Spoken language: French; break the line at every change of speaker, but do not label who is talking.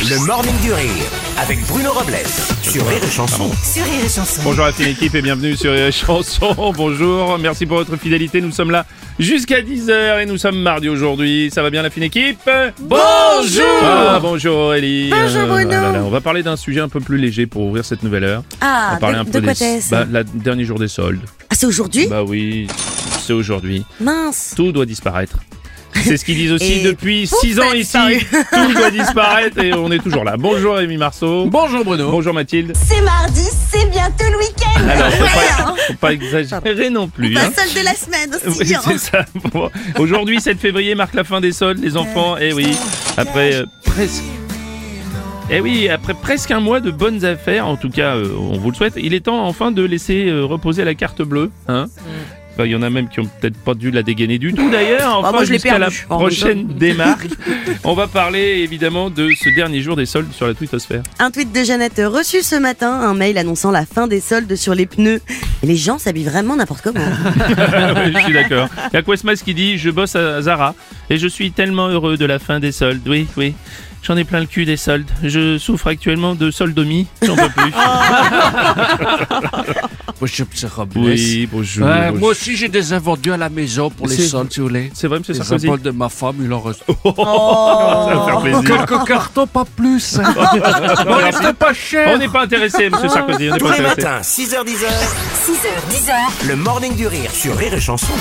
Le Morning du Rire avec Bruno Robles sur Rire et Chanson.
Sur Rire et Chanson.
Bonjour à toute l'équipe et bienvenue sur Rire et Chanson. Bonjour, merci pour votre fidélité. Nous sommes là jusqu'à 10h et nous sommes mardi aujourd'hui. Ça va bien la fine équipe
Bonjour
Ah, Bonjour Aurélie.
Bonjour Bruno.
ah là là, on va parler d'un sujet un peu plus léger pour ouvrir cette nouvelle heure.
Ah,
on va parler
de-
un
de
peu
quoi
des
t'es-ce
bah, la dernier jour des soldes.
Ah, c'est aujourd'hui
Bah oui, c'est aujourd'hui.
Mince.
Tout doit disparaître. C'est ce qu'ils disent aussi
Et
depuis
pouf,
6
ça
ans
a
ici.
disparu.
Tout doit disparaître et on est toujours là. Bonjour Rémi Marceau.
Bonjour Bruno.
Bonjour Mathilde.
C'est mardi, c'est bientôt le week-end.
Alors, faut
Voilà,
pas, faut pas exagérer non plus. hein.
La seule de la semaine aussi.
Oui,
hein.
c'est ça. Bon. Aujourd'hui, 7 février marque la fin des soldes, les enfants. Eh oui, après euh, presque. Eh oui, après presque un mois de bonnes affaires, en tout cas, euh, on vous le souhaite, il est temps enfin de laisser euh, reposer la carte bleue. Hein Enfin, il y en a même qui ont peut-être pas dû la dégainer du tout d'ailleurs. Enfin,
Ah, moi, je l'ai
jusqu'à la
perdue. Oh, mais ça.
prochaine démarque. On va parler évidemment de ce dernier jour des soldes sur la twittosphère.
Un tweet de Jeannette reçu ce matin, un mail annonçant la fin des soldes sur les pneus. Et les gens s'habillent vraiment n'importe comment.
Ah Ouais, je suis d'accord. Il y a Questmas qui dit Je bosse à Zara et je suis tellement heureux de la fin des soldes. Oui, oui. J'en ai plein le cul des soldes. Je souffre actuellement de soldomie. J'en peux plus.
Bonjour Monsieur Robles.
bonjour.
Ouais, moi aussi j'ai des invendus à la maison pour les
C'est-
soldes si vous voulez.
C'est vrai, monsieur
Les
Sarkozy.
symboles de ma femme, il en reste.
Ça va faire plaisir.
Quelques cartons, pas plus. On reste pas cher.
On n'est pas intéressé, monsieur Sarkozy. On n'est
Tous
pas
les
intéressé.
matins, 6h10,
6h, 10h,
le Morning du Rire sur Rire et Chanson.